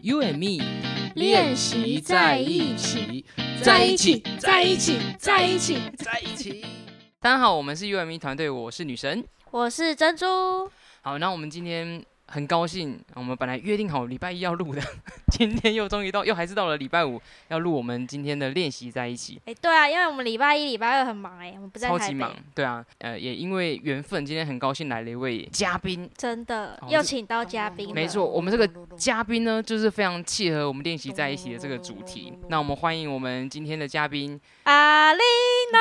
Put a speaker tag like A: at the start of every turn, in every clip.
A: You and me
B: 练习在一起，
A: 在一起，在一起，
B: 在一起。
A: 在一起。大家好，我们是 U and me 团队，我是女神。
B: 我是珍珠，
A: 好，那我们今天很高兴，我们本来约定好礼拜一要录的， 今天又终于到，又还是到了礼拜五要录我们今天的练习在一起。
B: 哎、对啊，因为我们礼拜一、礼拜二很忙哎、我们不在
A: 超
B: 台
A: 级
B: 北，
A: 忙，对啊，呃，也因为缘分，今天很高兴来了一位嘉宾。
B: 真的
A: 哦
B: 又请到嘉宾了，
A: 没错，我们这个嘉宾呢，就是非常契合我们练习在一起的这个主
B: 哦
A: 题。那我们欢迎我们今天的嘉宾，
B: 阿丽娜，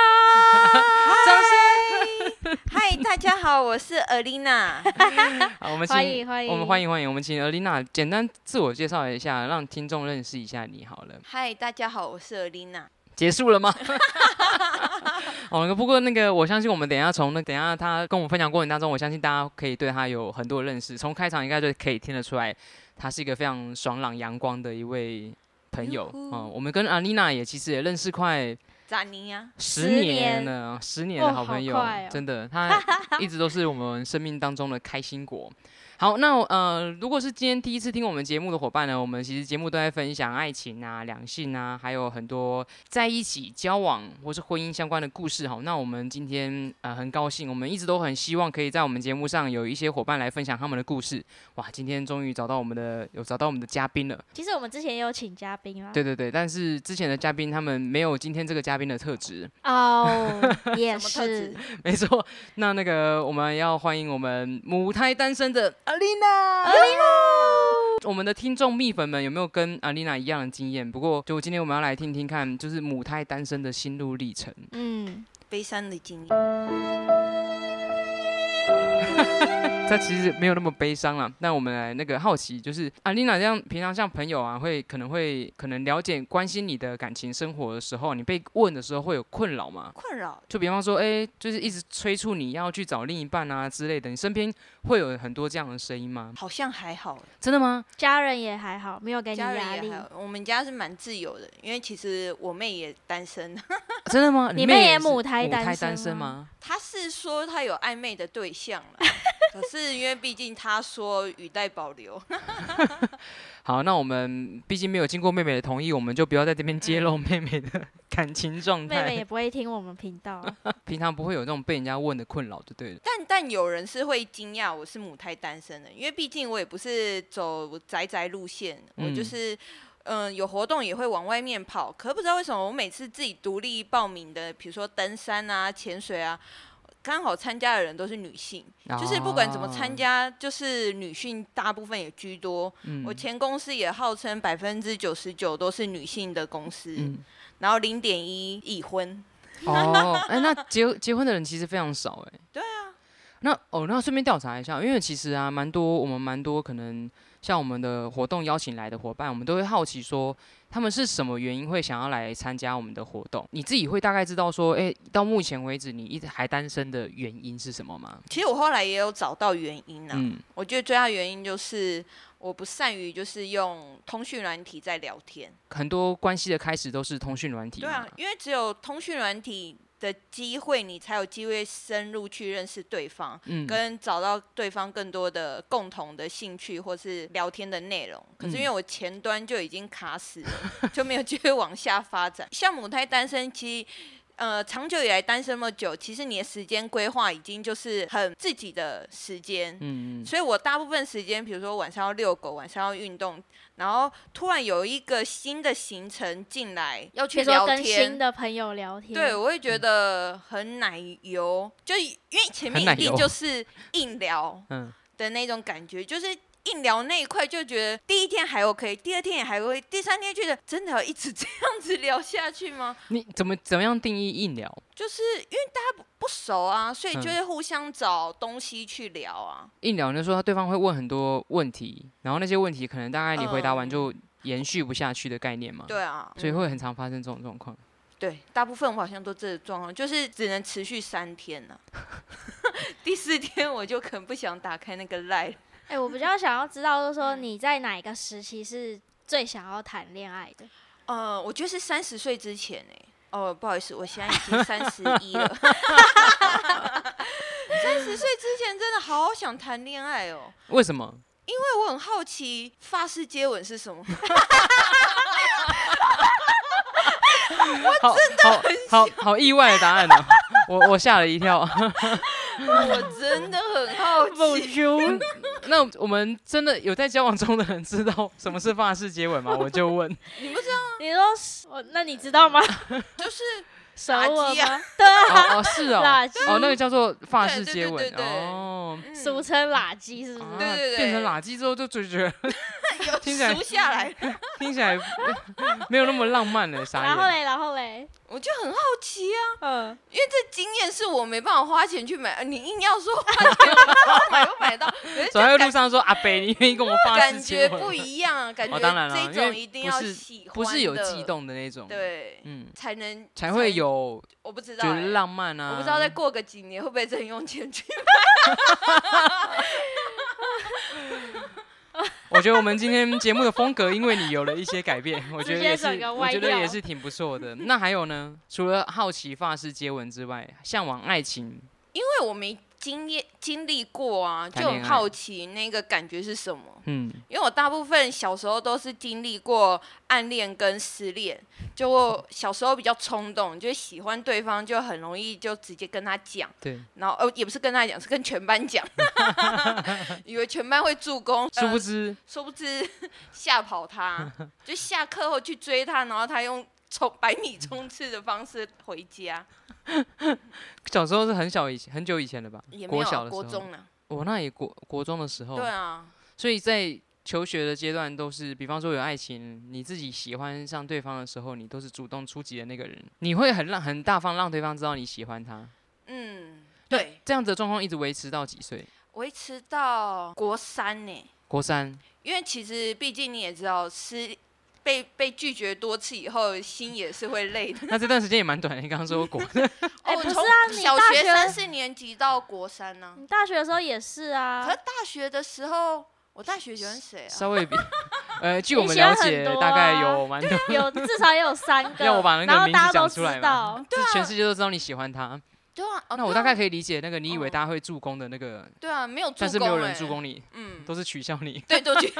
A: 掌声！
C: 嗨，大家好，我是 Alina。
A: 好，我们
B: 欢
A: 请
B: 迎欢迎，
A: 我们欢迎欢迎，我们请 Alina 简单自我介绍一下，让听众认识一下你好了。
C: 嗨，大家好，我是 Alina。
A: 结束了吗？ 哦，不过那个，我相信我们等一下从那等一下他跟我们分享过程当中，我相信大家可以对他有很多认识。从开场应该就可以听得出来，他是一个非常爽朗阳光的一位朋友。
C: 哟
A: 嗯
C: 呼，
A: 我们跟阿丽娜也其实也认识快
C: 咋你呀？
A: 十
B: 十
A: 年
B: 年
A: 了，十年
B: 哦
A: 的好朋友，
B: 好快哦
A: 真的，他 一直都是我们生命当中的开心果。好，那呃，如果是今天第一次听我们节目的伙伴呢，我们其实节目都在分享爱情啊、两性啊，还有很多在一起交往或是婚姻相关的故事。好，那我们今天呃很高兴，我们一直都很希望可以在我们节目上有一些伙伴来分享他们的故事。哇，今天终于找到我们的有找到我们的嘉宾了。
B: 其实我们之前也有请嘉宾啊，
A: 对对对，但是之前的嘉宾他们没有今天这个嘉宾的特质。
B: 哦，也
C: 什么特
B: 是
C: 质，
A: 没错，那那个我们要欢迎我们母胎单身的 阿丽娜。我们的听众蜜粉们有没有跟阿丽娜一样的经验？不过，就今天我们要来听听看，就是母胎单身的心路历程。
B: 嗯，
C: 悲伤的经历。
A: 这其实没有那么悲伤啦。那我们来那个好奇，就是阿丽娜这样平常像朋友啊，会可能会可能了解关心你的感情生活的时候，你被问的时候会有困扰吗？
C: 困扰
A: 就比方说，哎、就是一直催促你要去找另一半啊之类的，你身边会有很多这样的声音吗？
C: 好像还好，
A: 真的吗？
B: 家人也还好，没有给你
C: 家
B: 压
C: 人
B: 力
C: 也还，好。我们家是蛮自由的，因为其实我妹也 单身。
A: 真的吗？
B: 你
A: 妹
B: 妹也
A: 是
B: 母胎单
A: 母胎
B: 身
A: 单身
B: 吗
A: 吗？
C: 她是说她有暧昧的对象了，可是因为毕竟她说语带保留，
A: 好，那我们毕竟没有经过妹妹的同意，我们就不要在这边揭露妹妹的 感情状
B: 妹
A: 态。
B: 妹也不会听我们频道，啊
A: 平常不会有这种被人家问的困扰，就对了。
C: 但但有人是会惊讶我是母胎单身的，因为毕竟我也不是走宅宅路线，我
A: 嗯
C: 就是。嗯，有活动也会往外面跑，可不知道为什么我每次自己独立报名的，比如说登山啊、潜水啊，刚好参加的人都是女性，就是不管怎么
A: 啊哦
C: 参加，就是女性大部分也居多。
A: 嗯，
C: 我前公司也号称百分之九十九都是女性的公司，
A: 嗯，
C: 然后零点一已婚，
A: 哦，哎、那结结婚的人其实非常少、哎。对啊。那哦，那顺便调查一下，因为其实啊，蛮多我们蛮多可能像我们的活动邀请来的伙伴，我们都会好奇说，他们是什么原因会想要来参加我们的活动？你自己会大概知道说，哎、到目前为止你一直还单身的原因是什么吗？
C: 其实我后来也有找到原因啊，
A: 嗯，
C: 我觉得最大原因就是我不善于就是用通讯软体在聊天。
A: 很多关系的开始都是通讯软体
C: 对
A: 嘛。
C: 啊，因为只有通讯软体的机会，你才有机会深入去认识对方，
A: 嗯，
C: 跟找到对方更多的共同的兴趣或是聊天的内容。可是因为我前端就已经卡死了，就没有机会往下发展。像母胎单身，其实。呃，长久以来单身那么久，其实你的时间规划已经就是很自己的时间，
A: 嗯嗯
C: 所以我大部分时间，比如说晚上要遛狗，晚上要运动，然后突然有一个新的行程进来，要
B: 比
C: 去
B: 如说
C: 聊
B: 跟新
C: 天。
B: 的朋友聊天，嗯
C: 对，我会觉得很奶油，就因为前面
A: 很奶
C: 一定
A: 油
C: 就是 硬聊
A: 嗯，
C: 的那种感觉，就是硬聊那一块就觉得第一天还 OK，第二天也还 OK，第三天觉得真的要一直这样子聊下去吗？
A: 你怎么怎么样定义硬聊？
C: 就是因为大家不不熟啊，所以
A: 嗯
C: 就是互相找东西去聊啊。
A: 硬聊就是说对方会问很多问题，然后那些问题可能大概你回答完
C: 嗯
A: 就延续不下去的概念嘛。、
C: 对啊，
A: 嗯所以会很常发生这种状况。
C: 对，大部分我好像都这个状况，就是只能持续三天呢、 第四天我就可能不想打开那个 line 了。
B: 哎、我比较想要知道，就是 说
C: 嗯
B: 你在哪一个时期是最想要谈恋爱的？
C: 呃，我觉得是三十岁之前哎、哦，不好意思，我现在已 经三十一了。三十岁之前真的好想谈恋爱哦，
A: 为什么？
C: 因为我很好奇发式接吻是什么。
A: 好好好好意外的答案哦，我我吓了一跳。
C: 我真的很好 奇，
A: 那我们真的有在交往中的人知道什么是发式接吻吗？我就 问，
C: 你不知道
B: 你说是我，那你知道吗？
C: 就是
B: 手
C: 垃
B: 吻
C: 圾啊
B: 吗？对啊，
A: 哦哦是哦，
B: 垃圾
A: 哦那个叫做发式
C: 对对
A: 接
C: 对
A: 吻
C: 对对
A: 哦。
C: 嗯
B: 俗称垃圾是不
A: 啊
B: 是？
C: 对对对
A: 变成垃圾之后就就觉得听起来
C: 有熟下 来，
A: 听起来 没有那么浪漫了，傻
B: 然后
A: 眼。
B: 嘞，然后嘞，
C: 我就很好奇啊。
B: 嗯，
C: 这经验是我没办法花钱去买，呃你硬要说花 钱，我不知道买不买到，可是
A: 走
C: 就
A: 在
C: 感
A: 路上说阿北，你愿意跟我发
C: 感
A: 式
C: 觉
A: 接吻
C: 不
A: 吗？
C: 一样啊，感觉
A: 哦当然了
C: 这
A: 因为
C: 种一定
A: 不
C: 要
A: 是
C: 喜欢
A: 不是有
C: 的
A: 悸，动的那种，，
C: 对，
A: 嗯，
C: 才能
A: 才会，有
C: 我不知
A: 觉
C: 道
A: 得
C: 欸，
A: 浪漫啊。
C: 我不知道再过个几年会不会真用钱去
A: 我觉得我们今天节目的风格，因为你有了一些改变，我觉得
B: 直接
A: 也是，
B: 整个
A: 我
B: 歪
A: 觉得
B: 掉
A: 也是挺不错的。那还有呢？除了好奇发式接吻之外，向往爱情，
C: 因为我没经验经历过啊，
A: 谈
C: 就
A: 恋爱
C: 很好奇那个感觉是什么。
A: 嗯，
C: 因为我大部分小时候都是经历过暗恋跟失恋，就我小时候比较冲动，就喜欢对方就很容易就直接跟他讲，
A: 对。
C: 然后呃也不是跟他讲，是跟全班 讲，以为全班会助攻，
A: 殊不
C: 呃
A: 知，
C: 殊不知吓 跑他，就下课后去追他，然后他用冲百米冲刺的方式回家，
A: 小时候是很小以前，很久以前了吧？
C: 也没
A: 国
C: 有
A: 小
C: 啊
A: 的时
C: 国
A: 候，哦
C: 中啊，
A: 我那也国国中的时候，
C: 对啊。
A: 所以在求学的阶段都是，比方说有爱情，你自己喜欢上对方的时候，你都是主动出击的那个人，你会很让很大方让对方知道你喜欢他。
C: 嗯，对，
A: 这样子的状况一直维持到几岁？
C: 维持到国三呢、
A: 国三，
C: 因为其实毕竟你也知道，是被被拒绝多次以后，心也是会累的。
A: 那这段时间也蛮短的。你刚刚说国
B: 哎
C: 我
B: 不是
C: 从
B: 啊你
C: 小
B: 大
C: 学
B: 学
C: 三四年级到国三呢、
B: 你大学的时候也是啊
C: 可是。大学的时候，我大学喜欢谁啊？
A: 稍微比，呃，据我
B: 你
A: 们
B: 喜欢
A: 了
B: 很
A: 解，
B: 多
A: 大概
B: 啊
A: 有蛮多，
B: 有 至少也有三个，
A: 要我把那
B: 然
A: 个
B: 后
A: 名
B: 大
A: 字
B: 家都
A: 讲出
B: 知
A: 来
B: 道
A: 吗？？这全世界都知道你喜欢他。
C: 对啊，哦
A: 那我
C: 对
A: 大
C: 啊
A: 概可以理解那个你以为
C: 嗯
A: 大家会助攻的那个，
C: 对啊，没有助攻、欸，
A: 但是没有人助，攻你，
C: 嗯，
A: 都是取笑你。
C: 对，都去，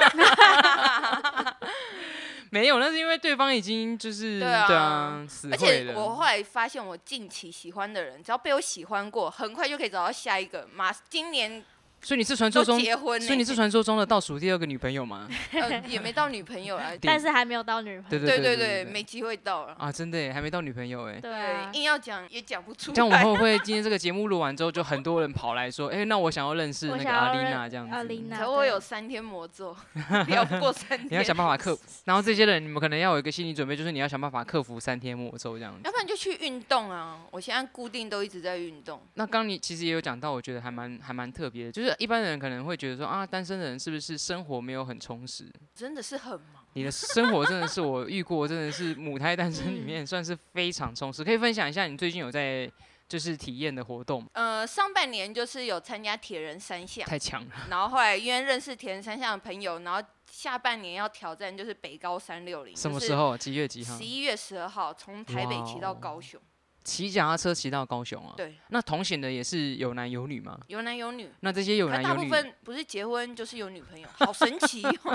A: 没有，那是因为对方已经就是
C: 对啊
A: 死
C: 而
A: 会
C: 且我
A: 了。
C: 后来发现，我近期喜欢的人，只要被我喜欢过，很快就可以找到下一个。马，今年
A: 所以你是传说
C: 都
A: 中，
C: 结婚、欸，
A: 所以你是传说中的倒数第二个女朋友吗？
C: 呃也没到女朋友啊，
A: 对
B: 嗯但是还没有到女朋
A: 对
B: 友。
A: 对
C: 对
A: 对
C: 对，没机会到了。
A: 啊，真的耶还没到女朋友哎。
B: 对啊
C: 对，，硬要讲也讲不出
A: 这样我们
C: 来。
A: 会不 会今天这个节目录完之后，就很多人跑来说，哎，那我想要认识
B: 我
A: 那个
B: 想
A: 阿
B: 要
A: 丽
B: 认
A: 娜这样子。
B: 阿琳娜
C: 可我有三天魔咒， 聊不过三
A: 啊你要
C: 天，
A: 想办法克服，然后这些人你们可能要有一个心理准备，就是你要想办法克服三天魔咒这样子
C: 要。不然就去运动啊！我现在固定都一直在运动。
A: 那刚刚你其实也有讲到，我觉得还蛮还蛮特别的，就是一般人可能会觉得说啊，单身的人是不是生活没有很充实？
C: 真的是很忙，
A: 你的生活真的是我遇过，真的是母胎单身里
C: 嗯
A: 面算是非常充实。可以分享一下你最近有在就是体验的活动吗？
C: 呃，上半年就是有参加铁人三项，
A: 太强了，
C: 然后后来因为认识铁人三项的朋友，然后下半年要挑战就是北高三六零，
A: 什么时？候？几月几号
C: 十？一月十二号从台北骑到
A: 哇哦
C: 高雄，
A: 骑脚踏车骑到高雄啊？
C: 对，
A: 那同行的也是有男有女吗？
C: 有男有女，
A: 那这些有
C: 可
A: 男
C: 大
A: 有
C: 部
A: 女，
C: 分不是结婚就是有女朋友，好神奇哦！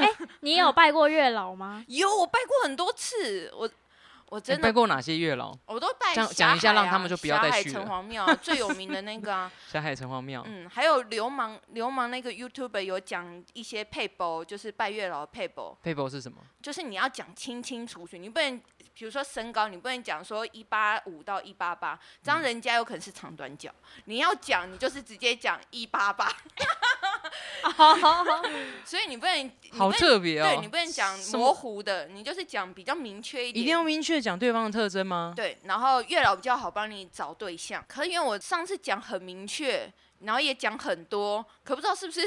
B: 你有拜过月老 吗？
C: 有，我拜过很多次，我我
A: 你
C: 真的、
A: 拜哎过哪些月老？
C: 我都拜
A: 这样
C: 霞海啊、
A: 讲一下让他们就不要再
C: 霞海
A: 去
C: 城
A: 了
C: 隍 庙啊最有名的那个啊，
A: 霞海城隍庙。
C: 嗯，还有流氓流氓那个 YouTuber 有讲一些配博，就是拜月老的配博，
A: 佩博是什么？
C: 就是你要讲清清楚楚，你不能比如说身高，你不能讲说一八五到一八八，这样人家有可能是长短脚，你要讲你就是直接讲一八八，哦所以你不能你
A: 好
C: 不能
A: 特别
C: 对
A: 哦
C: 你！不能讲
A: 什么
C: 模糊的，你就是讲比较明确一
A: 一
C: 点，
A: 定要明确讲对方的特征吗？
C: 对，然后月老比较好帮你找对象。可因为我上次讲很明确，然后也讲很多，可不知道是不是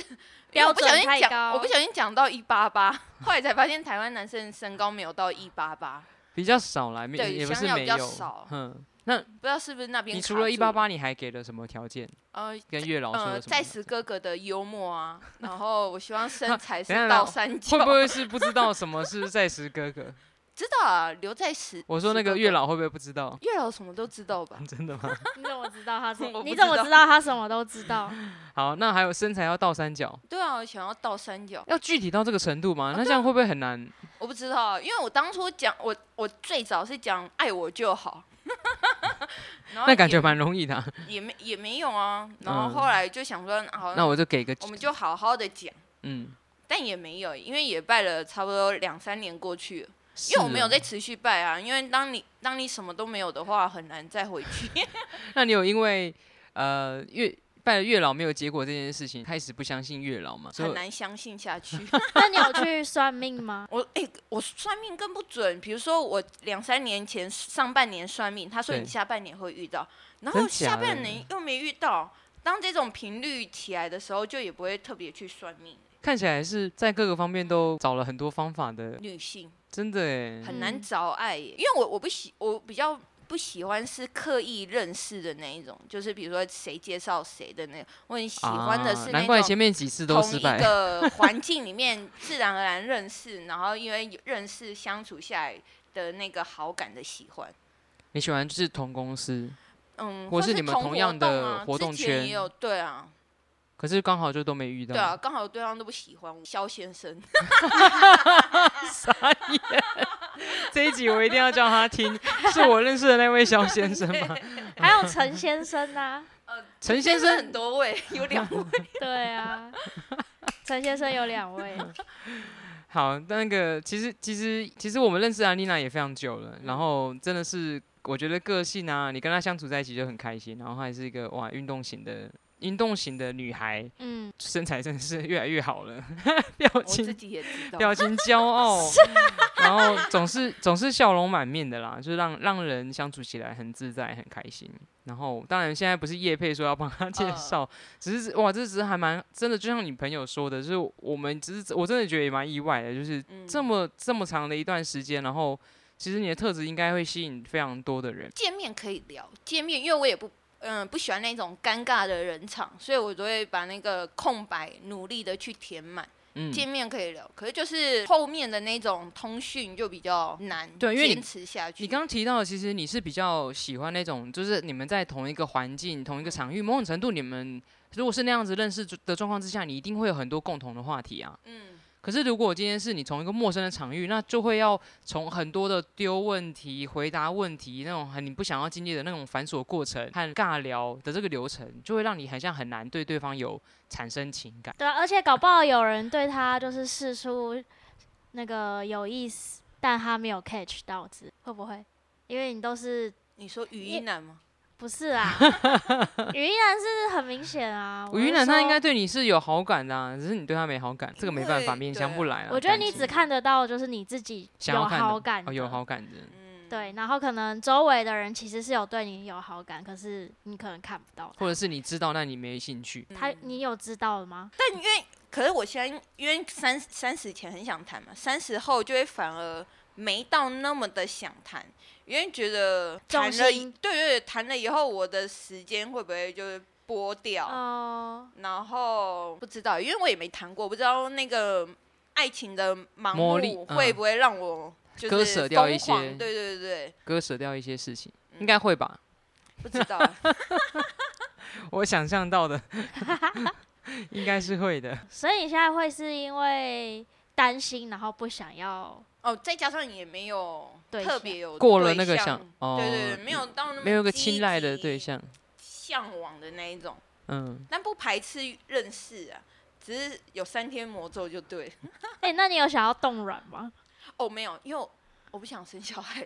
C: 因为我不小
B: 标准
C: 心
B: 太
C: 讲，
B: 高
C: 我不小心讲到一八八，后来才发现台湾男生身高没有到一八八，
A: 比较少来，没
C: 对
A: 也不
C: 香
A: 是
C: 料
A: 没
C: 比较
A: 有
C: 少。
A: 嗯，
C: 不知道是不是那边
A: 你
C: 卡
A: 除了一
C: 住
A: 八，八，你还给了什么条件？
C: 呃。
A: 跟月老说了
C: 呃，
A: 什么
C: 在
A: 吗？
C: 此哥哥的幽默啊，然后我希望身材是
A: 等一下等
C: 倒
A: 一下
C: 三角，
A: 会不会是不知道什么是在时哥哥？
C: 知道啊，留在十。
A: 我说那
C: 十多
A: 个月老会不会不知道？
C: 月老什么都知 道吧？
A: 真的吗？
B: 你怎么知道他什
C: 我
B: 么？
C: 不
B: 你怎么
C: 知道
B: 知道他什么都知 道？
A: 好，那还有身材要倒三角，
C: 对啊，想要倒三角，
A: 要具体到这个程度
C: 哦
A: 吗？那
C: 啊
A: 这样会不会很难？
C: 我不知道啊，因为我当初讲我我最早是讲爱我就好， 然后
A: 那感觉
C: 也
A: 蛮容易的啊。
C: 也没也没有啊，然后
A: 嗯
C: 后来就想说，好，
A: 那我就给个
C: 我们就好好的讲，
A: 嗯，
C: 但也没有，因为也拜了差不多两三年过去了，因
A: 是
C: 为我没有
A: 啊
C: 在。持续拜啊，因为当你当你什么都没有的话，很难再回去。
A: 那你有因为呃月拜了月老没有结果这件事情，开始不相信月老吗？所以
C: 很难相信下去。
B: 那你有去算命吗？
C: 我哎、我算命更不准。比如说，我两三年前上半年算命，他说
A: 对
C: 你下半年会遇到，然
A: 真
C: 后
A: 假
C: 下半
A: 的
C: 年又没遇到。当这种频率起来的时候，就也不会特别去算命。
A: 看起来是在各个方面都找了很多方法的，
C: 女性
A: 真的哎。
C: 很难
B: 嗯
C: 找爱耶，因为我我不喜我比较不喜欢是刻意认识的那一种，就是比如说谁介绍谁的那种，我很喜欢的
A: 啊
C: 是那
A: 难怪
C: 种
A: 前面几次都
C: 同
A: 失
C: 一
A: 败。
C: 个环境里面自然而然认识，然后因为有认识相处下来的那个好感的喜欢，
A: 你喜欢就是同公司，
C: 嗯，
A: 或
C: 或
A: 是你们
C: 同
A: 同
C: 活
A: 样
C: 动
A: 的
C: 啊
A: 活
C: 之
A: 动
C: 前
A: 圈
C: 也有对啊，
A: 可是刚好就都没遇到。
C: 对啊，刚好对方都不喜欢我肖 先生，
A: 这一集我一定要叫他听，是我认识的那位肖先生 吗？
B: 还有陈先生啊，
A: 陈先
C: 真的 很
A: 生，
C: 多位，有 两位，
B: 对啊，陈先生有两位，
A: 好，那个其实其实其实我们认识安丽娜也非常久了，
C: 嗯
A: 然后真的是我觉得个性啊，你跟她相处在一起就很开心，然后她还是一个哇运动型的运动型的女孩，
B: 嗯，
A: 身材真的是越来越好了， 表
C: 我自
A: 情
C: 己也知道，
A: 表情骄傲，嗯然后总是总是笑容满面的啦，就是让让人相处起来很自在很开心。然后当然现在不是叶佩说要帮他介
C: 呃
A: 绍，只是哇，这只是还蛮真的，就像你朋友说的，就是我们只是我真的觉得也蛮意外的，就是
C: 嗯
A: 这么这么长的一段时间，然后其实你的特质应该会吸引非常多的人。
C: 见面可以聊，见面，因为我也不。嗯，不喜欢那种尴尬的人场，所以我都会把那个空白努力的去填满。
A: 嗯，
C: 见面可以聊，可是就是后面的那种通讯就比较难，
A: 对因为你
C: 坚持下去。
A: 你刚刚提到，其实你是比较喜欢那种，就是你们在同一个环境、同一个场域，某种程度你们如果是那样子认识的状况之下，你一定会有很多共同的话题啊。
C: 嗯，
A: 可是如果今天是你从一个陌生的场域，那就会要从很多的丢问题、回答问题那种很你不想要经历的那种繁琐过程和尬聊的这个流程，就会让你很像很难对对方有产生情感。
B: 对啊，而且搞不好有人对他就是试出那个有意思，但他没有 catch 到字，会不会？因为你都是
C: 你说语
B: 也
C: 音难吗？
B: 不是啊？ 语音男是很明显啊，我
A: 云
B: 是
A: 南他
B: 说
A: 应该对你是有好感的、啊，只是你对他没好感，这个没办法，
C: 因为
A: 勉强不
C: 对
A: 来啊。
B: 我觉得
A: 感
B: 你
A: 情
B: 只看得到就是你自己
A: 想
B: 有
A: 要看
B: 好感
A: 哦，
B: 的，
A: 有好感的。
C: 嗯，
B: 对，然后可能周围的人其实是有对你有好感，可是你可能看不到他。
A: 或者是你知道，但你没兴趣。
C: 嗯
B: 他，你有知道吗？
C: 但 因为可是我现在因为三三十前很想谈嘛，三十后就会反而没到那么的想谈，因为觉得
B: 重
C: 谈了以，
B: 心
C: 对对对，谈了以后我的时间会不会就是剥掉？
B: 哦、
C: 然后不知道，因为我也没谈过，不知道那个爱情的盲
A: 魔力嗯
C: 目会不会让我就是
A: 割舍掉一
C: 疯狂
A: 些
C: 对对对，
A: 割舍掉一些事情，
C: 嗯
A: 应该会吧？
C: 不知道
A: 我想象到 的，应该是会 的。
B: 所以你现在会是因为担心，然后不想要
C: 哦。再加上也没有
B: 对
C: 特
B: 象
C: 别有
A: 过了那个
C: 对象
A: 想，哦，
C: 对对对，没有到那么
A: 没有一个
C: 积
A: 青睐的
C: 极
A: 对象，
C: 向往的那一种，
A: 嗯，
C: 但不排斥认识啊，只是有三天魔咒就对了。
B: 哎、那你有想要冻卵吗？
C: 哦，没有，因为我我不想生小孩，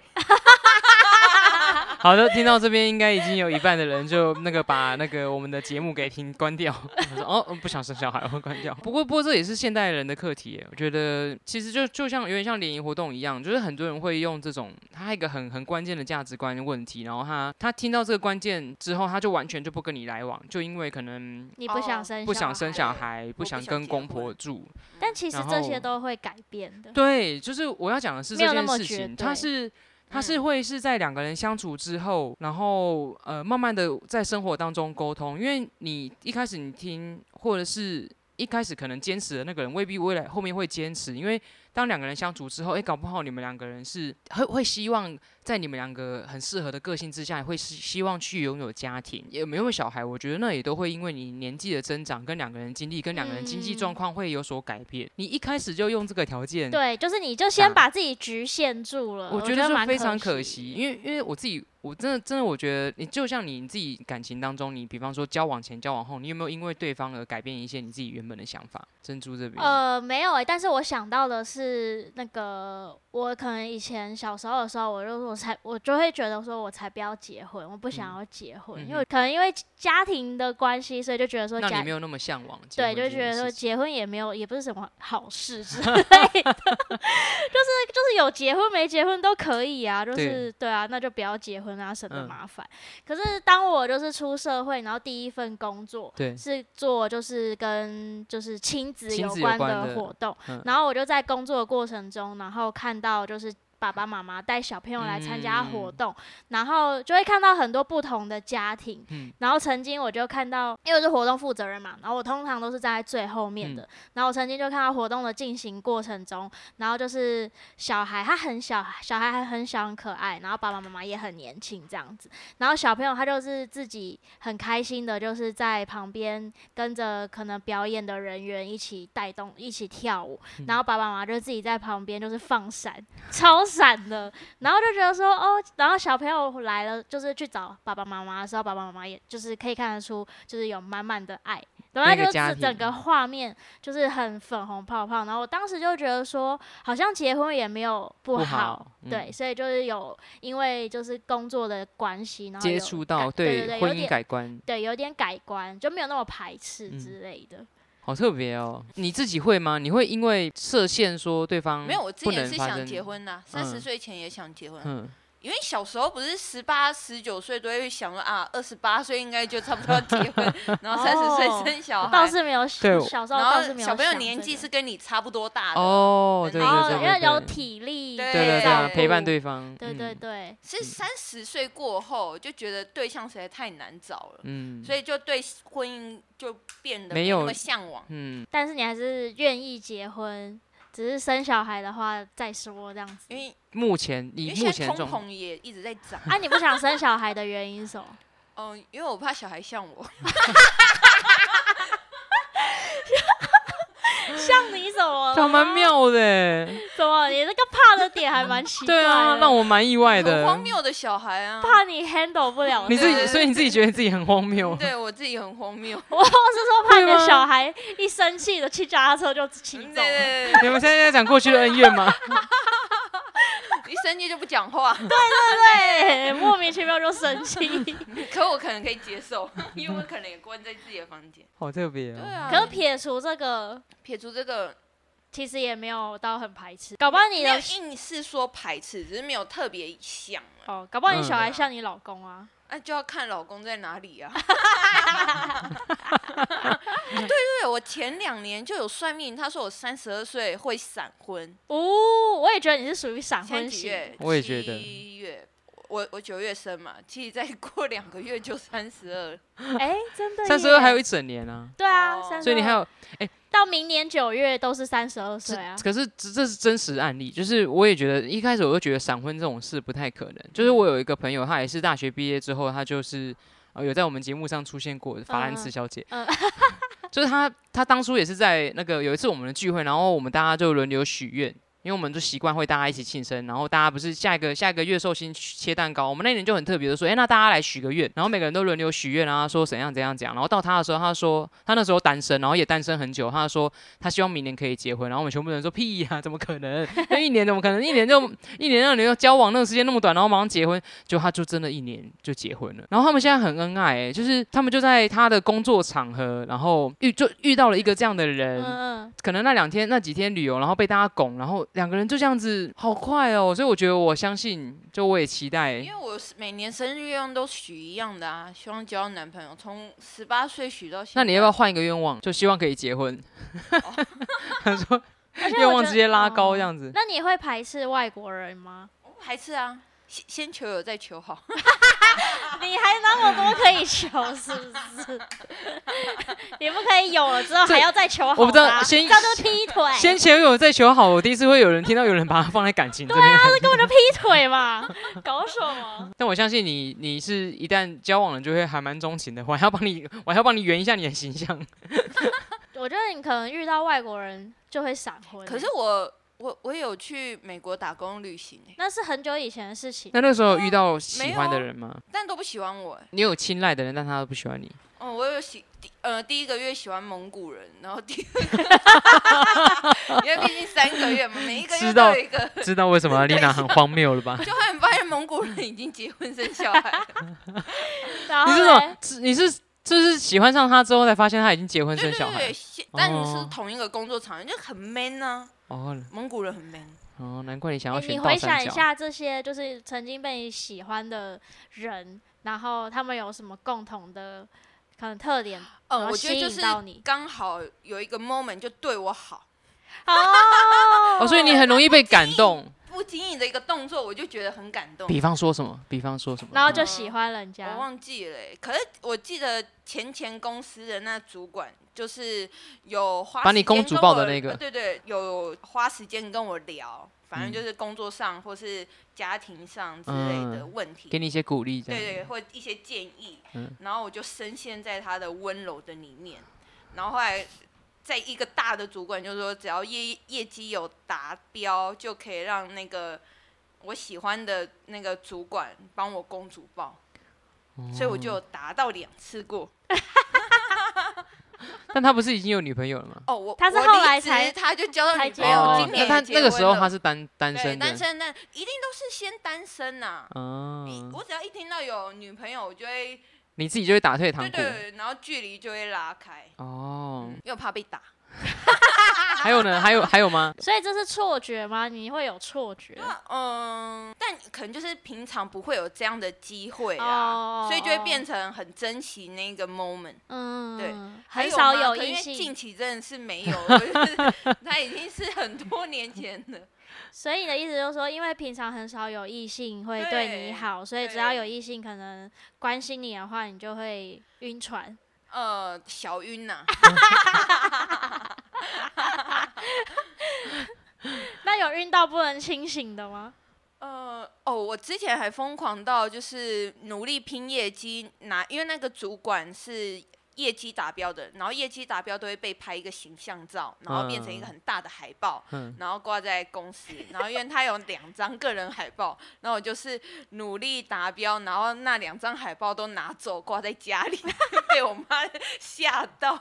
A: 好的，听到这边应该已经有一半的人就那个把那个我们的节目给停关 掉。我说哦，不想生小孩，我关掉。不过不过这也是现代人的课题耶，我觉得其实就就像有点像联谊活动一样，就是很多人会用这种他还有一个很很关键的价值观问题，然后他他听到这个关键之后，他就完全就不跟你来往，就因为可能
B: 你不想
C: 哦
B: 生、
A: 不想生小
B: 孩，
A: 孩，不
C: 不
A: 想
C: 想
A: 跟
C: 结
A: 公婆
C: 婚
A: 住。
B: 但其实
A: 然
B: 这
A: 后
B: 些都会改变的。
A: 对，就是我要讲的是
B: 没
A: 这
B: 有那
A: 件
B: 么
A: 事
B: 绝
A: 情，它
B: 对
A: 是它
C: 嗯
A: 是会是在两个人相处之后，然后呃慢慢的在生活当中沟通，因为你一开始你听或者是。一开始可能坚持的那个人未必未来后面会坚持，因为当两个人相处之后，诶，搞不好你们两个人是会会希望在你们两个很适合的个性之下，会希希望去拥有家庭，有没有小孩，我觉得那也都会因为你年纪的增长，跟两个人经历，跟两个人经济状况会有所改变。你一开始就用这个条件，
B: 嗯对，就是你就先
A: 打
B: 把自己局限住了，
A: 我
B: 我
A: 觉得
B: 蛮
A: 是非常
B: 可
A: 可惜，。因为因为我自己，我真的真的，我觉得你就像你自己感情当中，你比方说交往前、交往后，你有没有因为对方而改变一些你自己原本的想法？珍珠这边，
B: 呃，没有哎、但是我想到的是那个，我可能以前小时候的时候，我就我才我就会觉得说，我才不要结婚，我不想
A: 嗯
B: 要结婚，因
A: 嗯
B: 为
A: 哼
B: 可能因为家庭的关系，所以就觉得说
A: 那
B: 家
A: 你没有那么向往结
B: 对，
A: 婚
B: 就
A: 这件事
B: 觉
A: 情，
B: 得说结婚也没有，也不是什么好事 之类的，就是就是有结婚没结婚都可以啊，就
A: 对
B: 是对啊，那就不要结婚啊，省得
A: 嗯
B: 麻烦。可是当我就是出社会，然后第一份工作
A: 对，
B: 是做就是跟就是亲子
A: 嗯亲
B: 有
A: 子有
B: 关
A: 关
B: 的
A: 的
B: 活动，
A: 嗯
B: 然后我就在工作的过程中，然后看到就是。爸爸妈妈带小朋友来参加活
A: 嗯
B: 动，然后就会看到很多不同的家庭，
A: 嗯
B: 然后曾经我就看到，因为我是活动负责人嘛，然后我通常都是站在最后面的。然后我曾经就看到活动的进行过程中，然后就是小孩他很小，小孩还很小很可爱，然后爸爸妈妈也很年轻这样子。然后小朋友他就是自己很开心的，就是在旁边跟着可能表演的人员一起带动、一起跳舞，
A: 嗯
B: 然后爸爸妈妈就自己在旁边就是放闪，超闪的。然后就觉得说哦，然后小朋友来了，就是去找爸爸妈妈的时候，爸爸妈妈也就是可以看得出，就是有满满的爱。然后
A: 那个
B: 就是
A: 家
B: 整整
A: 庭
B: 个画面就是很粉红泡泡，然后我当时就觉得说，好像结婚也没有不
A: 不
B: 好
A: 好，
B: 对，
A: 嗯
B: 所以就是有因为就是工作的关系，然后
A: 接
B: 有
A: 触
B: 改
A: 到
B: 对对，有
A: 婚姻
B: 点
A: 改观，
B: 对有点改观，就没有那么排斥
A: 嗯
B: 之类的。
A: 好特别哦。你自己会吗？你会因为设限说对方
C: 没有，我
A: 嗯
C: 之
A: 不
C: 前
A: 能
C: 是
A: 发
C: 想
A: 生
C: 结，婚呐、三十
A: 嗯
C: 岁前也想结婚啊、
A: 嗯，
C: 因为小时候不是十八、十九岁都会想说啊，二十八岁应该就差不多要结 婚，然后三十
B: 哦
C: 岁生小
B: 我
C: 孩，
B: 倒是没有小，
A: 对
B: 小时候
C: 然
B: 倒是
C: 后
B: 没有
C: 小朋友
B: 想
C: 年
B: 这
C: 纪
B: 个
C: 是跟你差不多大的，
A: 哦，对对
B: 哦，
A: 对
B: 因为
A: 对，
B: 有
A: 对
B: 体力，
A: 对
C: 对
A: 对对啊
C: 照，
A: 陪伴
B: 顾
A: 对方，
B: 对
A: 嗯
B: 对，对，
C: 是三十岁过后就觉得对象实在太难找了，
A: 嗯，
C: 所以就对婚姻就变得
A: 没
C: 那
A: 有
C: 么向往。
A: 嗯，
B: 但是你还是愿意结婚，只是生小孩的话再说这样子
C: 因。为
A: 目前以
C: 因
A: 目
C: 为现在
A: 前这
C: 通
A: 种
C: 膨也一直在涨，
B: 啊，你不想生小孩的原因是什 么？
C: 嗯，因为我怕小孩像我，
B: 像你什
C: 啊
B: 么？
A: 这样蛮，妙的欸，
B: 怎么？你这个怕的点还蛮奇怪
A: 对啊，让
B: 我
A: 我蛮意外
C: 很
A: 的
C: 荒。谬的小孩啊，
B: 怕你 handle 不了这个。
A: 你自己，
C: 对
A: 所以你自己觉得自己很荒谬，
C: 对我自己很荒谬。
B: 我是说怕你的
A: 会吗
B: 小孩一生气的骑脚踏车就骑
C: 对对
B: 走了。
C: 对，
A: 你们现在在讲过去的恩怨 吗？
C: 对一生气就不讲话，
B: 对，莫名其妙就生 气。
C: 可我可能可以接受，因为我可能也关在自己的房间。
A: 好特别
C: 对
A: 哦。
C: 啊，
B: 可是撇除这个，
C: 撇除这个，
B: 其实也没有到很排斥。搞不好你
C: 没有
B: 的
C: 硬是说排斥，只是没有特别想啊，
B: 哦，搞不好你小孩
C: 嗯
B: 像你老公啊。
C: 那就要看老公在哪里啊。 对对，我前两年就有算命，他说我三十二岁会闪婚，
B: 哦，我也觉得你是属于闪
C: 前
B: 婚
C: 几
B: 型。
C: 月，
A: 我也觉得
C: 七月。我我九月生嘛，其实再过 两个月就三十二，
B: 哎、真的耶。
A: 三十二还有一整年啊，
B: 对啊，
C: 哦
B: 32
A: 所以你还有，
B: 到明年九月都是三十二岁啊。
A: 可是这这是真实案例，就是我也觉得一开始我就觉得闪婚这种事不太可能。就是
B: 嗯
A: 我有一个朋友，她也是大学毕业之后，她就是呃有在我们节目上出现过法兰
B: 嗯
A: 斯
B: 嗯
A: 小姐，
B: 嗯
A: 就是她她当初也是在那个有一次我们的聚会，然后我们大家就轮流许愿。因为我们就习惯会大家一起庆生，然后大家不是下一个下一个月寿星切蛋糕，我们那年就很特别的说，哎，那大家来许个愿，然后每个人都轮流许愿啊，说怎样怎样怎样，然后到他的时候，他说他那时候单身，然后也单身很久，他说他希望明年可以结婚，然后我们全部人说屁呀、怎么可能？那一年怎么可能？一年就一年让你要交往那个时间那么短，然后马上结婚，就他就真的一年就结婚了。然后他们现在很恩爱、欸，就是他们就在他的工作场合，然后遇就遇到了一个这样的人，
B: 嗯嗯，
A: 可能那两天那几天旅游，然后被大家拱，然后两个人就这样子，好快哦！所以我觉得我相信，就我也期待
C: 因，为我是每年生日愿望都许一样的啊，希望交男朋友，从十八岁许到现
A: 那
C: 在。
A: 你要不要换一个愿望？就希望可以结婚。他说
B: 而且我
A: 愿望
B: 觉
A: 直
B: 得
A: 接拉高这。
B: 哦
A: 样子，
B: 那你会排斥外国人吗？
C: 还是啊，先先求有再求好。
B: 你还那么多可以求，是不 是？也不可以有了之后还要再求好吧，
A: 我不知道先
B: 这样就劈腿，
A: 先前有再求好，我第一次会有人听到有人把它放在感情这边。
B: 根本就劈腿 嘛，搞什么？
A: 但我相信你，你是一旦交往了就会还蛮钟情的。我还要帮你，我还要帮你圆一下你的形象。
B: 我觉得你可能遇到外国人就会闪婚欸，
C: 可是我我我有去美国打工旅行、欸、
B: 那是很久以前的事情。
A: 那那时候有遇到
C: 哦
A: 喜欢的人吗？
C: 但都不喜欢我、欸。
A: 你有青睐的人，但他都不喜欢 你。
C: 哦，我有喜第呃第一个月喜欢蒙古人，然后第二个，因 为毕竟三个月嘛，每一个月
A: 知
C: 都
A: 道
C: 有一个，
A: 知道为什么丽娜很荒谬了吧？
C: 就后来发现蒙古人已经结婚生小孩了，
B: 然
A: 你
B: 后
A: 是
B: 嘞
A: 什么？是你是就是喜欢上他之后才发现他已经结婚
C: 对
A: 生
C: 对
A: 小
C: 对，
A: 孩？
C: 现但你是
A: 哦
C: 同一个工作场合，就很 man 啊，
A: 哦
C: 蒙古人很 man。
A: 哦，难怪你
C: 哎
A: 想要
B: 欸你
A: 选倒
B: 回想
A: 三
B: 一
A: 角。
B: 下这些，就是曾经被你喜欢的人，然后他们有什么共同的可能特点？然后
C: 嗯，我觉得
B: 吸
C: 就
B: 引
C: 是
B: 到 你
C: 刚好有一个 moment 就对我好，
A: 哦，所以你很容易被感动。
C: 不经意的一个动作，我就觉得很感 动。
A: 比方说什么？比方说什么？
B: 然后就喜欢人
C: 我
B: 家，
C: 忘记了欸、可是我记得前前公司的那主管就是有花
A: 把你
C: 时间
A: 公主
C: 跟
A: 抱的
C: 我
A: 那个
C: 呃对对，有花时间跟我聊，反正
A: 嗯
C: 就是工作上或是家庭上之类的问题，
A: 嗯给你一些鼓励，这
C: 对
A: 样。
C: 对，或一些建议，
A: 嗯
C: 然后我就深陷在他的温柔的里面，然后后来。在一个大的主管就说，只要业业绩有达标，就可以让那个我喜欢的那个主管帮我公主抱。所以我就有达到两次过。
A: 但他不是已经有女朋友了吗？哦
C: 哦，我
B: 他是
C: 我
B: 后来
C: 离职
B: 才
C: 他就交到
B: 才
C: 女
B: 结
C: 朋友，
B: 婚
C: 今
A: 那
C: 年
A: 他
C: 也结
A: 那个时候
C: 婚
A: 他
C: 了
A: 是单单
C: 对
A: 身
C: 单
A: 的。
C: 身，那一定都是先单身呐、
A: 哦，
C: 我只要一听到有女朋友，我就会
A: 你自己就会打退堂
C: 对
A: 鼓。
C: 对，然后距离就会拉开，
A: 哦
C: 嗯，，因为我怕被打。
A: 还有呢？还有还有 吗？
B: 所以这是错觉吗？你会有错觉？
C: 嗯，但可能就是平常不会有这样的机会
B: 哦
C: 啊，所以就会
B: 哦
C: 变成很珍惜那个 moment。
B: 嗯，
C: 对，还
B: 很少
C: 有吗
B: 有
C: 可
B: 异
C: 因为近
B: 性，
C: 期真的是没有，我就是 他已经是很多年前了。
B: 所以你的意思就是说，因为平常很少有异性会对你
C: 对
B: 好，所以只要有
C: 对
B: 异性可能关心你的话，你就会晕船。
C: 呃，小晕呐、
B: 那有晕到不能清醒的吗？
C: 呃，哦，我之前还疯狂到就是努力拼业绩，拿因为那个主管是业绩达标的，然后业绩达标都会被拍一个形象照，然后变成一个
A: 嗯
C: 很大的海报，
A: 嗯，
C: 然后挂在公司，然后因为他有两张个人海报，然后我就是努力达标，然后那两张海报都拿走挂在家里， 被我妈吓到，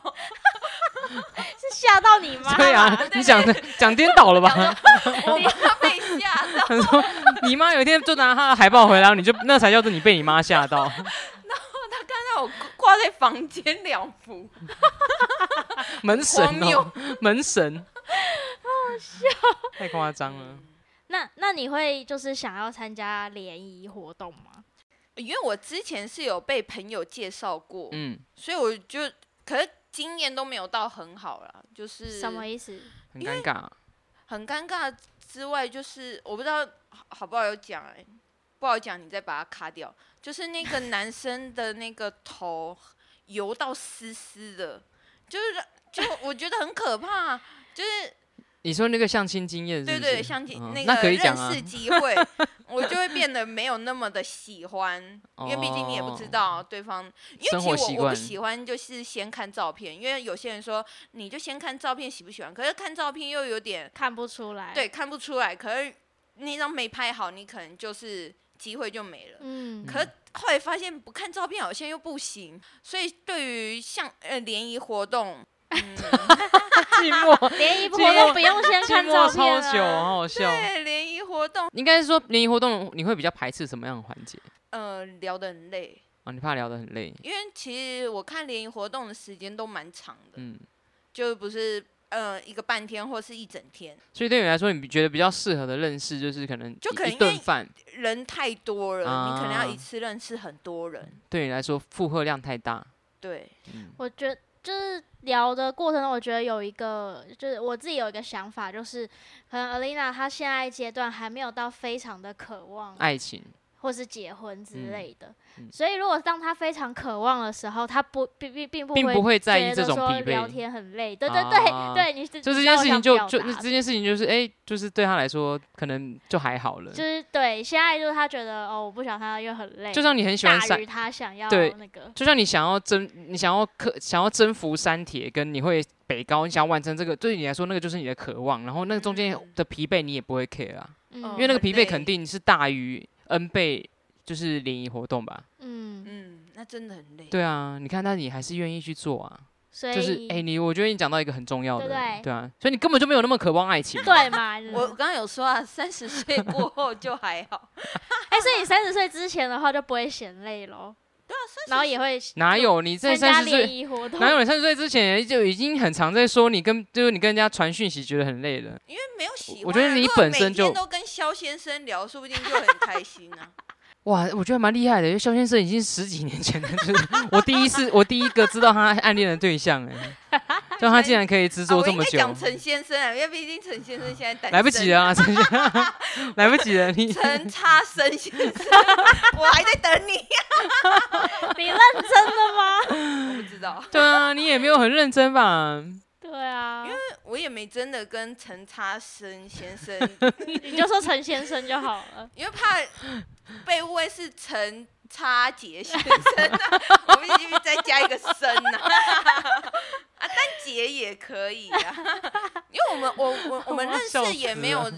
B: 是吓到你 妈？
A: 对啊，你讲的讲颠倒了吧？
C: 我妈被吓到。
A: 他说 你妈有一天就拿她的海报回来，你就那才叫做你被你妈吓 到。
C: 那我挂在房间两幅，
A: 门
C: 荒
A: 神哦
C: 谬，
A: 门神，好笑，太夸张了。
B: 那那你会就是想要参加联谊活动吗？
C: 因为我之前是有被朋友介绍过，
A: 嗯，
C: 所以我就可是经验都没有到很好啦，就是
B: 什么意思？
A: 很尴尬。
C: 很尴尬之外，就是我不知道好好不好有讲哎、不好讲你再把它卡掉。就是那个男生的那个头油到湿湿的，就是就我觉得很可怕，就是
A: 你说那个相亲经验是不
C: 对
A: 是，
C: 对，相亲、
A: 嗯
C: 那
A: 那
C: 个
A: 可以
C: 认
A: 讲啊
C: 识 机会，我就会变得没有那么的喜欢，因为毕竟你也不知
A: 哦
C: 道对方，因为
A: 生活
C: 其
A: 习
C: 实我我不
A: 惯
C: 喜欢就是先看照片，因为有些人说你就先看照片喜不喜欢，可是看照片又有点
B: 看不出来。，
C: 对看不出来，可是那张没拍好，你可能就是机会就没了。
B: 嗯，
C: 可后来发现不看照片好像又不行，所以对于像呃联谊活动，嗯，
A: 寂 寞，
B: 联谊活
A: 寂
B: 动
A: 寞
B: 不用先
A: 寂
B: 看照
A: 寞
B: 片
A: 超久，
B: 啊。
A: 好好笑。
C: 对联谊活动，
A: 应该是说联谊活动，你会比较排斥什么样的环节
C: 呃，聊得很累。
A: 啊？你怕聊得很累，
C: 因为其实我看联谊活动的时间都蛮长的，
A: 嗯，
C: 就不是呃一个半天或是一整天，
A: 所以对你来说，你觉得比较适合的认识就是可能
C: 就
A: 一
C: 可能
A: 一
C: 因
A: 顿
C: 为
A: 饭，
C: 人太多了，你可能
A: 啊嗯
C: 要一次认识很多人。
A: 对你来说负荷量太大。
C: 对，
A: 嗯，
B: 我觉得就是聊的过程中，我觉得有一个，就是我自己有一个想法，就是可能 Alina 她现在阶段还没有到非常的渴望
A: 爱情
B: 或是结婚之类的。
A: 哎嗯嗯
B: 所以，如果当他非常渴望的时候，他不并并并不
A: 并不
B: 会
A: 会在意
B: 觉
A: 这
B: 得
A: 种
B: 说
A: 疲
B: 聊
A: 惫。
B: 天很累。对对对、
A: 啊
B: 对，你
A: 就
B: 是
A: 这
B: 知
A: 件
B: 道
A: 事
B: 我
A: 情
B: 想
A: 就
B: 表
A: 就
B: 达
A: 那
B: 的
A: 这件事情就是哎、就是对他来说可能就还好了。
B: 就是对，现在就是他觉得哦，我不想他又很累，
A: 就像你很喜欢
B: 大
A: 山
B: 于，他想要
A: 对
B: 那个。
A: 就像你想要征，你想要克，想要征服山铁，跟你会北高，你想要完成这个，对你来说那个就是你的渴望，然后那个中间
C: 嗯
A: 的疲惫你也不会 care 啊，
B: 嗯
A: 因为那个
C: 很
A: 疲惫
C: 累
A: 肯定是大于 n 倍，就是联谊活动吧？
B: 嗯，
C: 嗯，那真的很累。
A: 对啊，你看，但你还是愿意去做啊，
B: 所以
A: 就是哎、你我觉得你讲到一个很重要的，
B: 对不对
A: 啊，所以你根本就没有那么渴望爱情嘛，啊
B: 对嘛？
C: 我
B: 我
C: 刚刚有说啊，三十岁过后就还好，
B: 哎、所以你三十岁之前的话就不会嫌累喽。对啊，然后也会
A: 哪有你在三
B: 参加
A: 十岁
B: 联谊活动，
A: 哪有你三十岁之前就已经很常在说你跟就是你跟人家传讯息觉得很累了，
C: 因为没有喜欢啊。
A: 我觉得你
C: 如果
A: 本身就
C: 每天都跟肖先生聊，说不定就很开心 啊。
A: 哇，我觉得蛮厉害的，因为肖先生已经十几年前的， 就是我第一次我第一个知道他暗恋的对象 哎，就他竟然可以执
C: 啊
A: 着
C: 我
A: 这
C: 应
A: 么
C: 该
A: 久，
C: 讲陈先生啊，因为毕竟陈先生现在单身
A: 来不及了啊，陈先生， 来不及了，你
C: 陈差生先生，我还在等你。
B: 你认真的吗？
C: 我不知道，
A: 对啊，你也没有很认真吧？
C: 哦
B: 对啊，
C: 我也没真的跟陈差生 先生，
B: 你就说陈先生就好了。
C: 因为怕被误会是陈差杰先生、啊， 我们必须再加一个生啊。 啊，但杰也可以啊，因为我们我 我我们
A: 我要
C: 认
A: 笑
C: 识也
A: 死
C: 没有
A: 了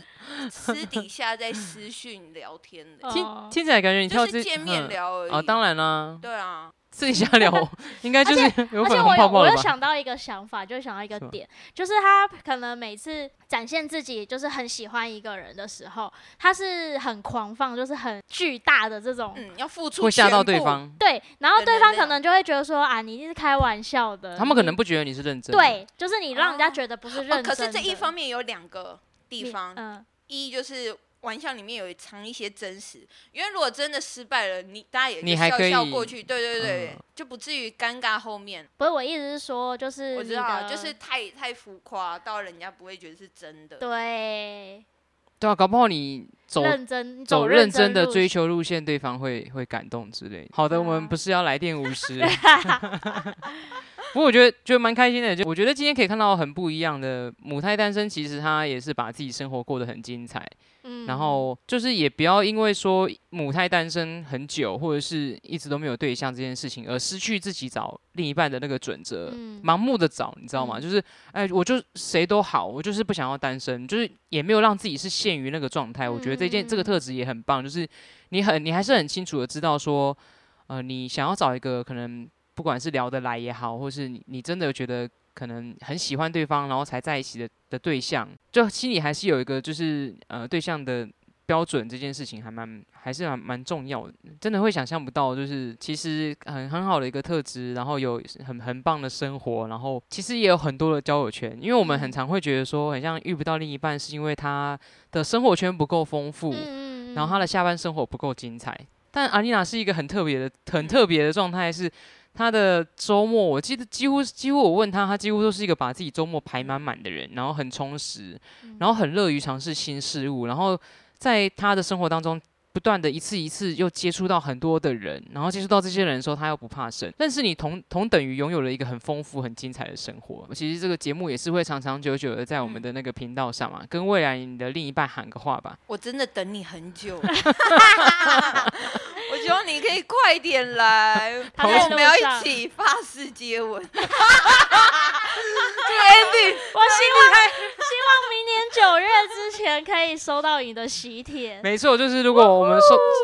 C: 私底下在私讯聊天 的，
A: 听
B: 哦
A: 听起来感觉你跳
C: 就
A: 这
C: 是见面
A: 嗯
C: 聊而已。
A: 哦，当然啦，
C: 对啊，
A: 私底下聊 应该就是有粉
B: 而且
A: 红
B: 我有
A: 泡泡
B: 我
A: 了
B: 有
A: 吧？
B: 想到一个想法，就想到一个
A: 是吗
B: 点，就是他可能每次展现自己就是很喜欢一个人的时候，他是很狂放，就是很巨大的这种。
C: 嗯，要付出
A: 会吓到
C: 全
A: 对
C: 部，
A: 方，
B: 对，然后
C: 的
B: 对
C: 能
B: 方可
C: 量
B: 能就会觉得说啊，你一定是开玩笑的。
A: 他们可
B: 你
A: 能不觉得你是认真的。
B: 嗯对，就是你让人家
C: 哦
B: 觉得不是认真
C: 哦。
B: 的、
C: 可是这一方面有两个地
B: 你
C: 方，
B: 嗯，
C: 一就是玩笑里面有藏一些真实，因为如果真的失败了，你大家也
A: 你
C: 就
A: 还
C: 笑
A: 可
C: 笑
A: 以
C: 过去，对对对，
A: 嗯
C: 就不至于尴尬后面。
B: 不是我意思是说，就是
C: 我知
B: 你
C: 道啊，
B: 的
C: 就是太太浮夸，到人家不会觉得是真的。
B: 对
A: 对啊，搞不好你走
B: 认真你
A: 走认
B: 认
A: 真的
B: 路
A: 追
B: 线。
A: 求路线，对方会会感动之类的。好的，
B: 对啊
A: 我们不是要来 电五十，不过我觉得觉得蛮开心的。就我觉得今天可以看到很不一样的母胎单身，其实他也是把自己生活过得很精彩。
B: 嗯
A: 然后就是也不要因为说母胎单身很久，或者是一直都没有对象这件事情，而失去自己找另一半的那个准则。
B: 嗯
A: 盲目的找，你知道吗？
B: 嗯
A: 就是，哎，我就谁都好，我就是不想要单身，就是也没有让自己是陷于那个状态。我觉得这件这个
B: 嗯
A: 特质也很棒，就是你很你还是很清楚的知道说，呃，你想要找一个可能不管是聊得来也好，或是你你真的觉得可能很喜欢对方，然后才在一起的的对象，就心里还是有一个就是呃对象的。标准这件事情还蛮还是蛮蛮重要的，真的会想象不到，就是其实很很好的一个特质，然后有很很棒的生活，然后其实也有很多的交友圈，因为我们很
B: 嗯
A: 常会觉得说，很像遇不到另一半是因为他的生活圈不够丰富，
B: 嗯嗯嗯，
A: 然后他的下半生活不够精彩。但阿丽娜是一个很特别的、很特别的状态，是她的周末，我记得几乎几乎我问她，她几乎都是一个把自己周末排满满的人，然后很充实，然后很乐于尝试新事物，然后在她的生活当中。不断的一次一次又接触到很多的人，然后接触到这些人的时候，她又不怕生。但是你同同等于拥有了一个很丰富、很精彩的生活。其实这个节目也是会长长久久的在我们的那个频道上嘛，跟未来你的另一半喊个话吧。
C: 我真的等你很 久，我希望你可以快点来，
B: 他
A: 在
C: 我
B: 路
C: 们要
B: 上
C: 一起发式 接吻。
B: 我希望 希望明年九月之前可以收到你的喜帖。
A: 没错，就是如果我们
C: 哦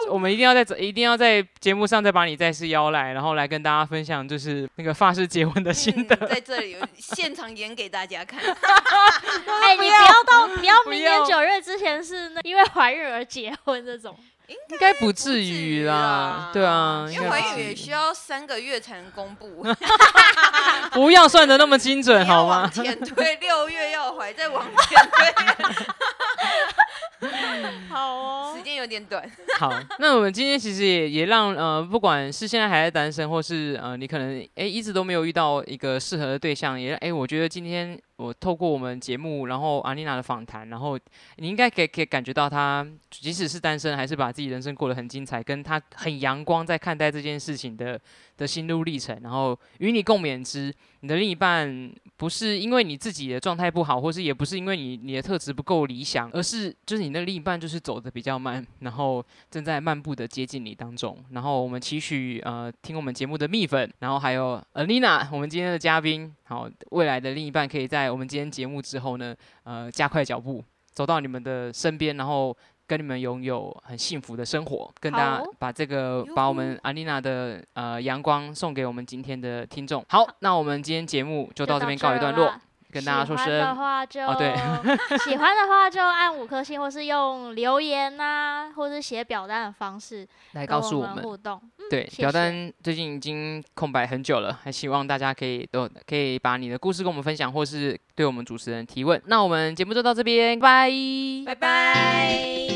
A: 收，我们一定要在一定要在节目上再把你再次邀来，然后来跟大家分享就是那个发式结婚的心得。
C: 嗯、在这里现场演给大家看。
B: 哎，你不要到不要
A: 不
B: 明年
A: 要
B: 九月之前是那因为怀孕而结婚 这种。
A: 应该不至于啦，对啊，
C: 因
A: 应
C: 为
A: 该
C: 怀
A: 不
C: 孕
A: 至
C: 也
A: 于
C: 需要三个月才能公布，
A: 不要算的那么精准
C: 你要
A: 好
C: 往
A: 吗？
C: 前推，六月要怀，再往前 推，
B: 好哦
C: 时间有点短。
A: 好，那我们今天其实也也让呃，不管是现在还在单身，或是呃，你可能诶一直都没有遇到一个适合的对象，也让诶，我觉得今天我透过我们节目，然后阿妮娜的访谈，然后你应该可以可以感觉到她，即使是单身，还是把自己人生过得很精彩，跟她很阳光在看待这件事情的的心路历程，然后与你共勉之。你的另一半不是因为你自己的状态不好，或是也不是因为你你的特质不够理想，而是就是你的另一半就是走的比较慢，然后正在漫步的接近你当中。然后我们期许呃听我们节目的蜜粉，然后还有 Alina，我们今天的嘉宾，好未来的另一半可以在我们今天节目之后呢，呃加快脚步走到你们的身边，然后。跟你们拥有很幸福的生活，跟大
B: 好
A: 家
B: 哦
A: 把这个
C: 哟
A: 呃把我们阿丽娜的呃阳光送给我们今天的听众。好，那我们今天节目就
B: 就
A: 到这边告一段
B: 这儿
A: 落
B: 了，。
A: 跟大家说
B: 喜欢的
A: 声
B: 话就、
A: 哦对
B: 喜欢的话就按五颗星，或是用留言呐、或是写表单的方式
A: 来
B: 跟
A: 呃告诉
B: 我
A: 我
B: 们
A: 们。
B: 互动。
A: 对，
B: 哦谢
A: 表
B: 谢
A: 单最近已经空白很久了，还希望大家可以都可以把你的故事跟我们分享，或是对我们主持人提问。那我们节目就到这边，拜拜。
C: 拜拜。